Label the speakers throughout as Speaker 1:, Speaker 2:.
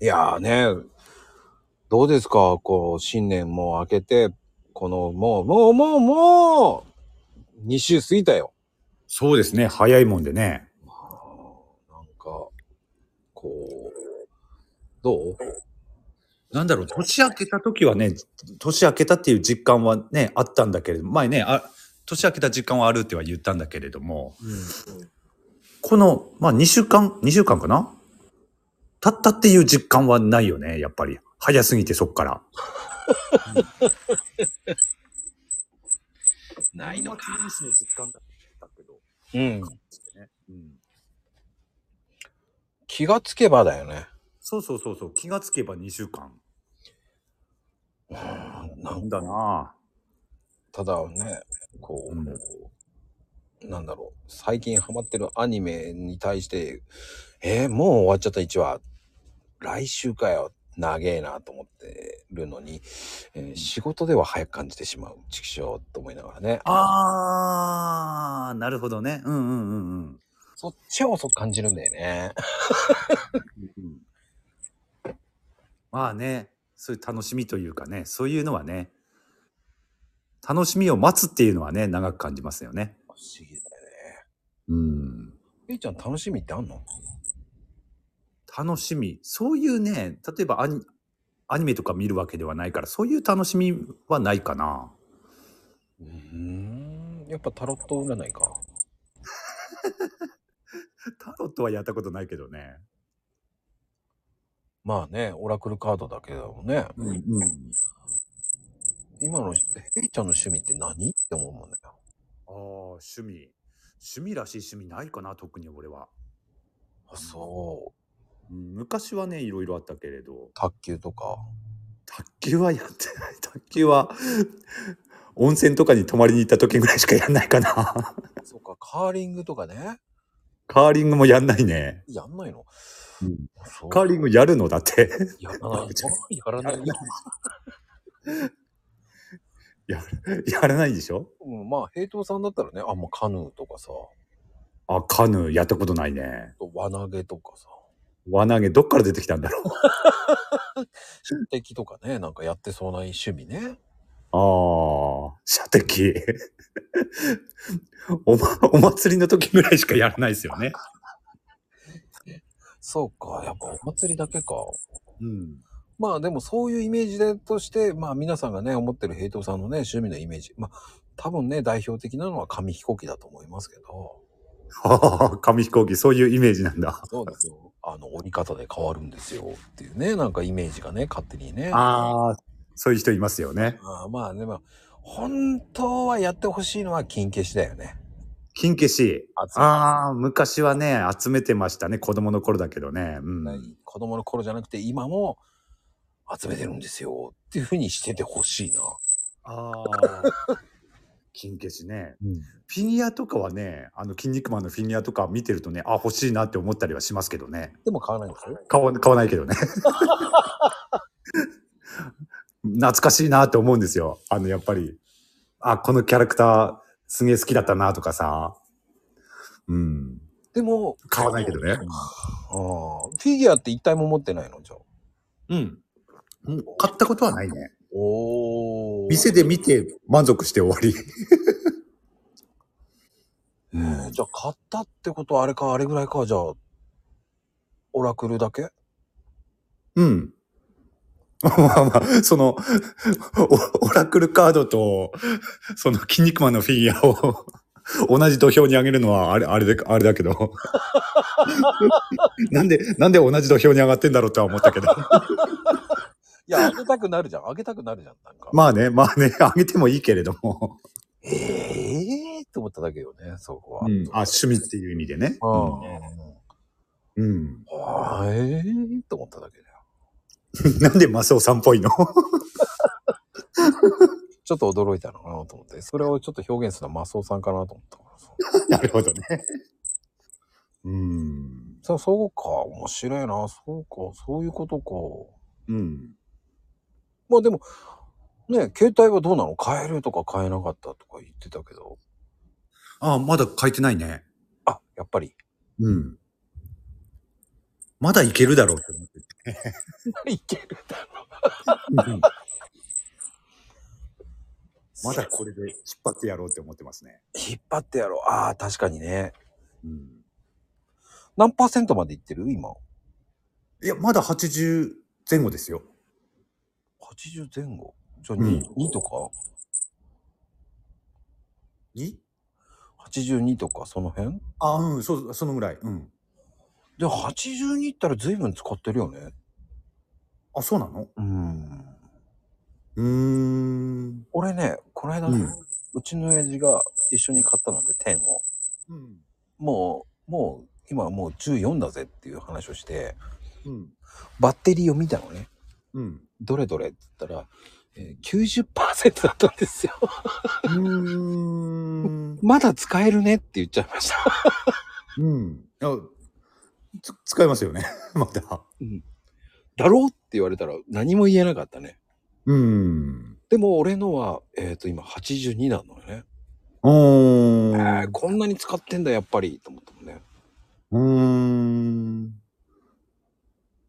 Speaker 1: いやーね、どうですかこう、新年もう明けて、この、もう、もう、もう、もう、2週過ぎたよ。
Speaker 2: そうですね。早いもんでね。
Speaker 1: なんか、こう、どう
Speaker 2: なんだろう、年明けた時はね、年明けたっていう実感はね、あったんだけれども、前ね、あ年明けた実感はあるっては言ったんだけれども、この、まあ2週間、2週間かなたったっていう実感はないよね、やっぱり。早すぎてそっから。
Speaker 1: ないのか。
Speaker 2: 年始の実感だったけど。
Speaker 1: うん。
Speaker 2: うん、
Speaker 1: 気がつけばだよね。
Speaker 2: そうそうそうそう、気がつけば2週間。
Speaker 1: な
Speaker 2: なんだな
Speaker 1: ただね、こう、
Speaker 2: うん
Speaker 1: なんだろう、最近ハマってるアニメに対して、えーもう終わっちゃった1話、来週かよ、長えなと思ってるのに、えー仕事では早く感じてしまう、畜生と思いながらね、
Speaker 2: あー、なるほどね。うんうんうんうん。
Speaker 1: そっちは遅く感じるんだよね。
Speaker 2: まあねそういう楽しみというかねそういうのはね楽しみを待つっていうのはね長く感じますよね。
Speaker 1: 不思議だよね。
Speaker 2: うん
Speaker 1: ゆいちゃん楽しみってあんの
Speaker 2: 楽しみそういうね例えばアニアニメとか見るわけではないからそういう楽しみはないかな。
Speaker 1: うーん、やっぱタロット占いか。
Speaker 2: タロットはやったことないけどね。
Speaker 1: まあね、オラクルカードだけどね、
Speaker 2: うんうん、
Speaker 1: 今の、ゆいちゃんの趣味って何って思うもんね。
Speaker 2: ああ趣味趣味らしい趣味ないかな特に俺は、
Speaker 1: あ、そう。
Speaker 2: うん昔はねいろいろあったけれど
Speaker 1: 卓球とか。
Speaker 2: 卓球はやってない。卓球は、温泉とかに泊まりに行った時ぐらいしかやんないかな。
Speaker 1: そうか、カーリングとかね。
Speaker 2: カーリングもやんないね。
Speaker 1: やんないの、
Speaker 2: うん
Speaker 1: そう
Speaker 2: カーリングやるのだって。
Speaker 1: やらない。やらない。
Speaker 2: やらないでしょ
Speaker 1: うんまあ、平等さんだったらね、あ、もうカヌーとかさ、
Speaker 2: あ、カヌーやったことないね。
Speaker 1: 輪投げとかさ、
Speaker 2: 輪投げどっから出てきたんだろ
Speaker 1: 射的とかね、なんかやってそうな趣味ね。
Speaker 2: う。ああ、射的。 おま、お祭りの時ぐらいしかやらないですよね。
Speaker 1: そうか、やっぱお祭りだけか。
Speaker 2: うん。
Speaker 1: まあでもそういうイメージでとして、まあ皆さんがね、思ってる平等さんのね、趣味のイメージ。まあ多分ね、代表的なのは紙飛行機だと思いますけど。
Speaker 2: はあ、紙飛行機、そういうイメージなんだ。
Speaker 1: そうですよ。あの、折り方で変わるんですよっていうね、なんかイメージがね、勝手にね。
Speaker 2: ああ、そういう人いますよね。
Speaker 1: ああまあね、まあ、本当はやってほしいのは金消しだよね。
Speaker 2: 金消し。
Speaker 1: あ
Speaker 2: ああ、昔はね、集めてましたね。子供の頃だけどね。うん。
Speaker 1: 子供の頃じゃなくて今も集めてるんですよっていうふうにしててほしいな。
Speaker 2: ああ。 金消しね。
Speaker 1: うん、
Speaker 2: フィギュアとかはね、あの、筋肉マンのフィギュアとか見てるとね、あ、欲しいなって思ったりはしますけどね。
Speaker 1: でも買わないんですよ。
Speaker 2: 買わ買わないけどね。 懐かしいなって思うんですよ。あの、やっぱり。あ、このキャラクター、すげえ好きだったなとかさ。うん。
Speaker 1: でも、
Speaker 2: 買わないけどね。
Speaker 1: ああフィギュアって一体も持ってないのじゃあ。
Speaker 2: うん。うん買ったことはないね。
Speaker 1: おお。
Speaker 2: 店で見て満足して終わり。
Speaker 1: うんじゃあ買ったってことはあれか、あれぐらいか、じゃあ、オラクルだけ
Speaker 2: うん。まあまあ、その、おオラクルカードと、その、筋肉マンのフィギュアを、同じ土俵に上げるのは、あれ、あれで、あれだけど。なんで、なんで同じ土俵に上がってんだろうとは思ったけど。
Speaker 1: い や、あげたくなるじゃん。あげたくなるじゃん。なんか。
Speaker 2: まあね、まあね、上げてもいいけれども。
Speaker 1: ええー、って思っただけよね、そこは。
Speaker 2: うんあ、趣味っていう意味でね。
Speaker 1: うん。
Speaker 2: うん。
Speaker 1: あーええー、と思っただけだよ。
Speaker 2: なんでマスオさんっぽいの
Speaker 1: ちょっと驚いたのかなと思って、それをちょっと表現するのはマスオさんかなと思ったからさ。
Speaker 2: なるほどね。うん。
Speaker 1: そうそうか、面白いな、そうか、そういうことか。
Speaker 2: うん。
Speaker 1: まあでも、ね、携帯はどうなの買えるとか買えなかったとか言ってたけど。
Speaker 2: あ、まだ書いてないね。
Speaker 1: あ、やっぱり。
Speaker 2: うん。まだいけるだろうって思って。
Speaker 1: いけるだろ
Speaker 2: まだこれで引っ張ってやろうって思ってますね。
Speaker 1: う。引っ張ってやろう。ああ、確かにね。
Speaker 2: うん、
Speaker 1: 何パーセントまでいってる今。
Speaker 2: いや、まだ80前後ですよ。
Speaker 1: 80前後。じゃあ
Speaker 2: うん
Speaker 1: 2,、2とか
Speaker 2: に
Speaker 1: ?82 とかその辺
Speaker 2: あ、うん、そう、そのぐらい。うん。
Speaker 1: で、82ったら随分使ってるよね。
Speaker 2: あ、そうなの
Speaker 1: うん。
Speaker 2: うーん。
Speaker 1: 俺ね、この間ね、う
Speaker 2: うん
Speaker 1: ちの親父が一緒に買ったので、10を。
Speaker 2: うん。
Speaker 1: もう、もう、今はもう14だぜっていう話をして、
Speaker 2: うん。
Speaker 1: バッテリーを見たのね。
Speaker 2: うん。
Speaker 1: どれどれって言ったら、えー90%だったんです よ。
Speaker 2: うーん。
Speaker 1: まだ使えるねって言っちゃいました。
Speaker 2: うん。あつ使えますよね。 まだ。
Speaker 1: だろうって言われたら何も言えなかったね。
Speaker 2: うん。
Speaker 1: でも俺のは、えっ、と、今82なのよね。
Speaker 2: お
Speaker 1: え
Speaker 2: ー
Speaker 1: ー。こんなに使ってんだ、やっぱり、と思ったもんね。
Speaker 2: うーん。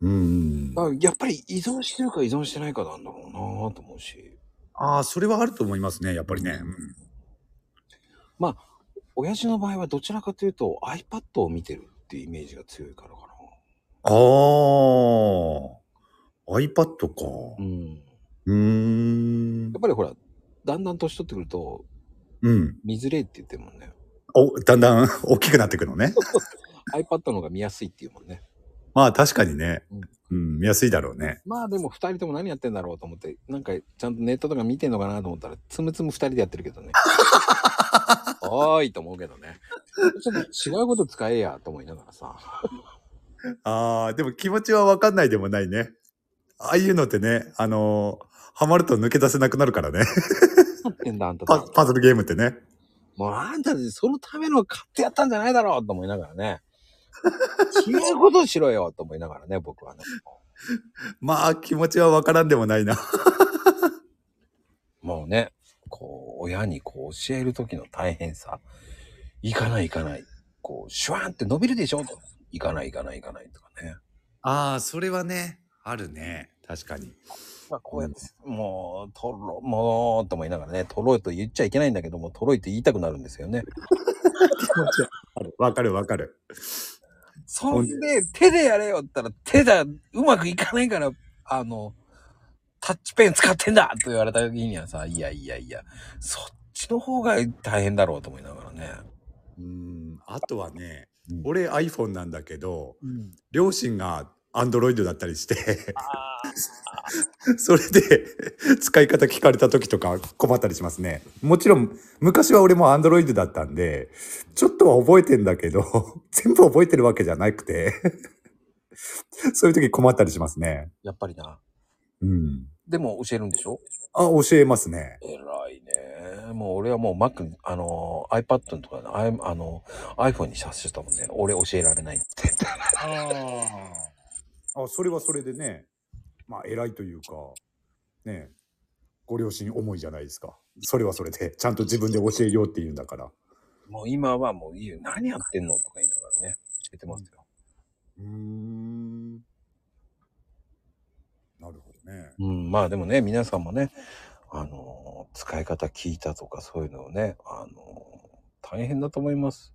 Speaker 2: うん。
Speaker 1: あやっぱり依存してるか依存してないかなんだろうなと思うし。
Speaker 2: ああ、それはあると思いますね、やっぱりね。
Speaker 1: 親父の場合はどちらかというと iPad を見てるっていうイメージが強いからか
Speaker 2: ああ、
Speaker 1: な。う
Speaker 2: iPad か。
Speaker 1: ん。
Speaker 2: うーん
Speaker 1: やっ。ぱりほら、だんだん年取ってくると
Speaker 2: うん。
Speaker 1: 見づれいって言ってるもん ね。
Speaker 2: お、だんだん 大きくなってくのね。
Speaker 1: iPad の方が見やすいっていうもんね。
Speaker 2: まあ確かにね
Speaker 1: うん。
Speaker 2: うん、見やすいだろうね。
Speaker 1: まあでも二人とも何やってんだろうと思って、なんかちゃんとネットとか見てんのかなと思ったら、つむつむ二人でやってるけど ね。おーいと思うけどね。ちょっと違うこと使えやと思いながらさ。
Speaker 2: ああ、でも気持ちはわかんないでもないね。ああいうのってね、あのーハマると抜け出せなくなるから ね。
Speaker 1: 何やってんだあんた
Speaker 2: パ
Speaker 1: たち
Speaker 2: パズルゲームってね。
Speaker 1: もうあんたたちそのための買ってやったんじゃないだろうと思いながら ね。違うことしろよと思いながらね、僕はね。
Speaker 2: まあ気持ちはわからんでもないな。
Speaker 1: もうね、こう、親にこう教える時の大変さ。行かない行かない。こう、シュワーンって伸びるでしょと行かない行かない行かないとかね。
Speaker 2: ああ、それはね、あるね。確かに。
Speaker 1: まあ、こうやって、もう、とろ、もう、と思いながらね、とろいと言っちゃいけないんだけども、とろいと言いたくなるんですよね。
Speaker 2: わかるわかる。
Speaker 1: そんで、手でやれよって言ったら、手だ、うまくいかないから、あの、タッチペン使ってんだと言われた時にはさ、いやいやいや、そっちの方が大変だろうと思いながらね。
Speaker 2: うん、あとはね、
Speaker 1: うん
Speaker 2: 俺 iPhone なんだけど、
Speaker 1: うん、
Speaker 2: 両親が Android だったりして、
Speaker 1: あ
Speaker 2: それで使い方聞かれた時とか困ったりしますね。もちろん、昔は俺も Android だったんで、ちょっとは覚えてんだけど、 全部覚えてるわけじゃなくて、 そういう時困ったりしますね。
Speaker 1: やっぱりな。
Speaker 2: うん。
Speaker 1: でも教えるんでしょ
Speaker 2: あ、教えますね。
Speaker 1: 偉いね。もう俺はもう Mac に、あの、iPad のとか、あいあの、iPhone に察してたもんね。俺教えられないって。
Speaker 2: ああ。あ、それはそれでね、まあ、偉いというか、ねえ、ご両親思いじゃないですか。それはそれで、ちゃんと自分で教えようっていうんだから。
Speaker 1: もう今はもういいよ。何やってんのとか言いながらね、教えてますよ。
Speaker 2: うーん。なるほどね。
Speaker 1: うん、まあでもね、皆さんもね、あのー使い方聞いたとかそういうのをね、あのー大変だと思います。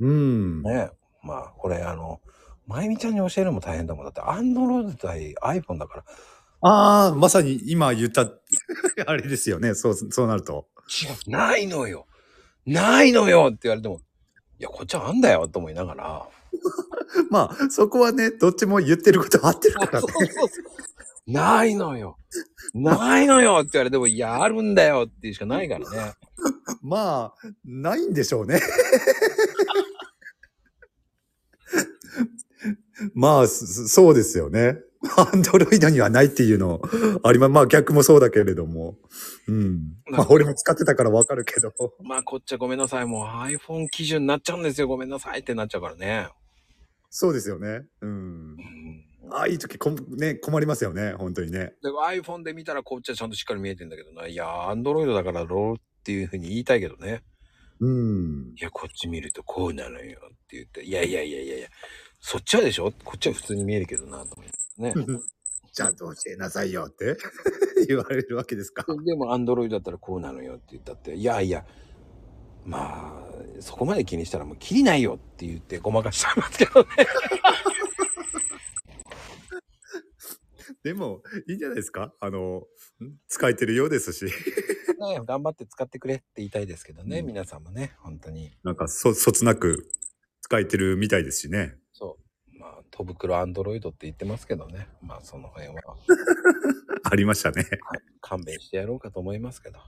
Speaker 2: うん。
Speaker 1: ね。まあ、これあの、まゆみちゃんに教えるのも大変だもん。だって、アンドロイド対 iPhone だから、
Speaker 2: ああ、まさに今言った、 あれですよね。そう、そうなると。
Speaker 1: 違う、ないのよないのよって言われても、いや、こっちはあんだよと思いながら。
Speaker 2: まあ、そこはね、どっちも言ってること合ってるからね。
Speaker 1: ないのよないのよって言われても、いや、あるんだよっていうしかないからね。
Speaker 2: まあ、ないんでしょうね。 まあ、そそうですよね。アンドロイドにはないっていうの、あります。まあ逆もそうだけれども。うん。まあ俺も使ってたからわかるけど。
Speaker 1: まあ、こっちはごめんなさい。もう iPhone 基準になっちゃうんですよ。ごめんなさいってなっちゃうからね。
Speaker 2: そうですよね。うん
Speaker 1: う。ん
Speaker 2: ああいう時こん、ね、困りますよね。本当にね。
Speaker 1: で iPhone で見たらこっちはちゃんとしっかり見えてんだけどな。いや、Android だからろうっていうふうに言いたいけどね。
Speaker 2: うん。
Speaker 1: いや、こっち見るとこうなのよって言って。いやいやいやいやいや、そっちはでしょこっちは普通に見えるけどな、と思いますね。
Speaker 2: ちゃんと教えなさいよって 言われるわけですか。
Speaker 1: でも、アンドロイドだったらこうなのよって言ったって、いやいや、まあ、そこまで気にしたらもう、きりないよって言ってごまかしちゃいますけ どね。
Speaker 2: でも、いいんじゃないですかあの、使えてるようですし。
Speaker 1: ね頑張って使ってくれって言いたいですけどね、
Speaker 2: うん
Speaker 1: 皆さんもね、本当に。
Speaker 2: なんか、そ、 そつなく使えてるみたいですしね。
Speaker 1: そう。まあ、戸袋アンドロイドって言ってますけどね。まあ、その辺は、
Speaker 2: ありましたね。
Speaker 1: 勘弁してやろうかと思いますけど。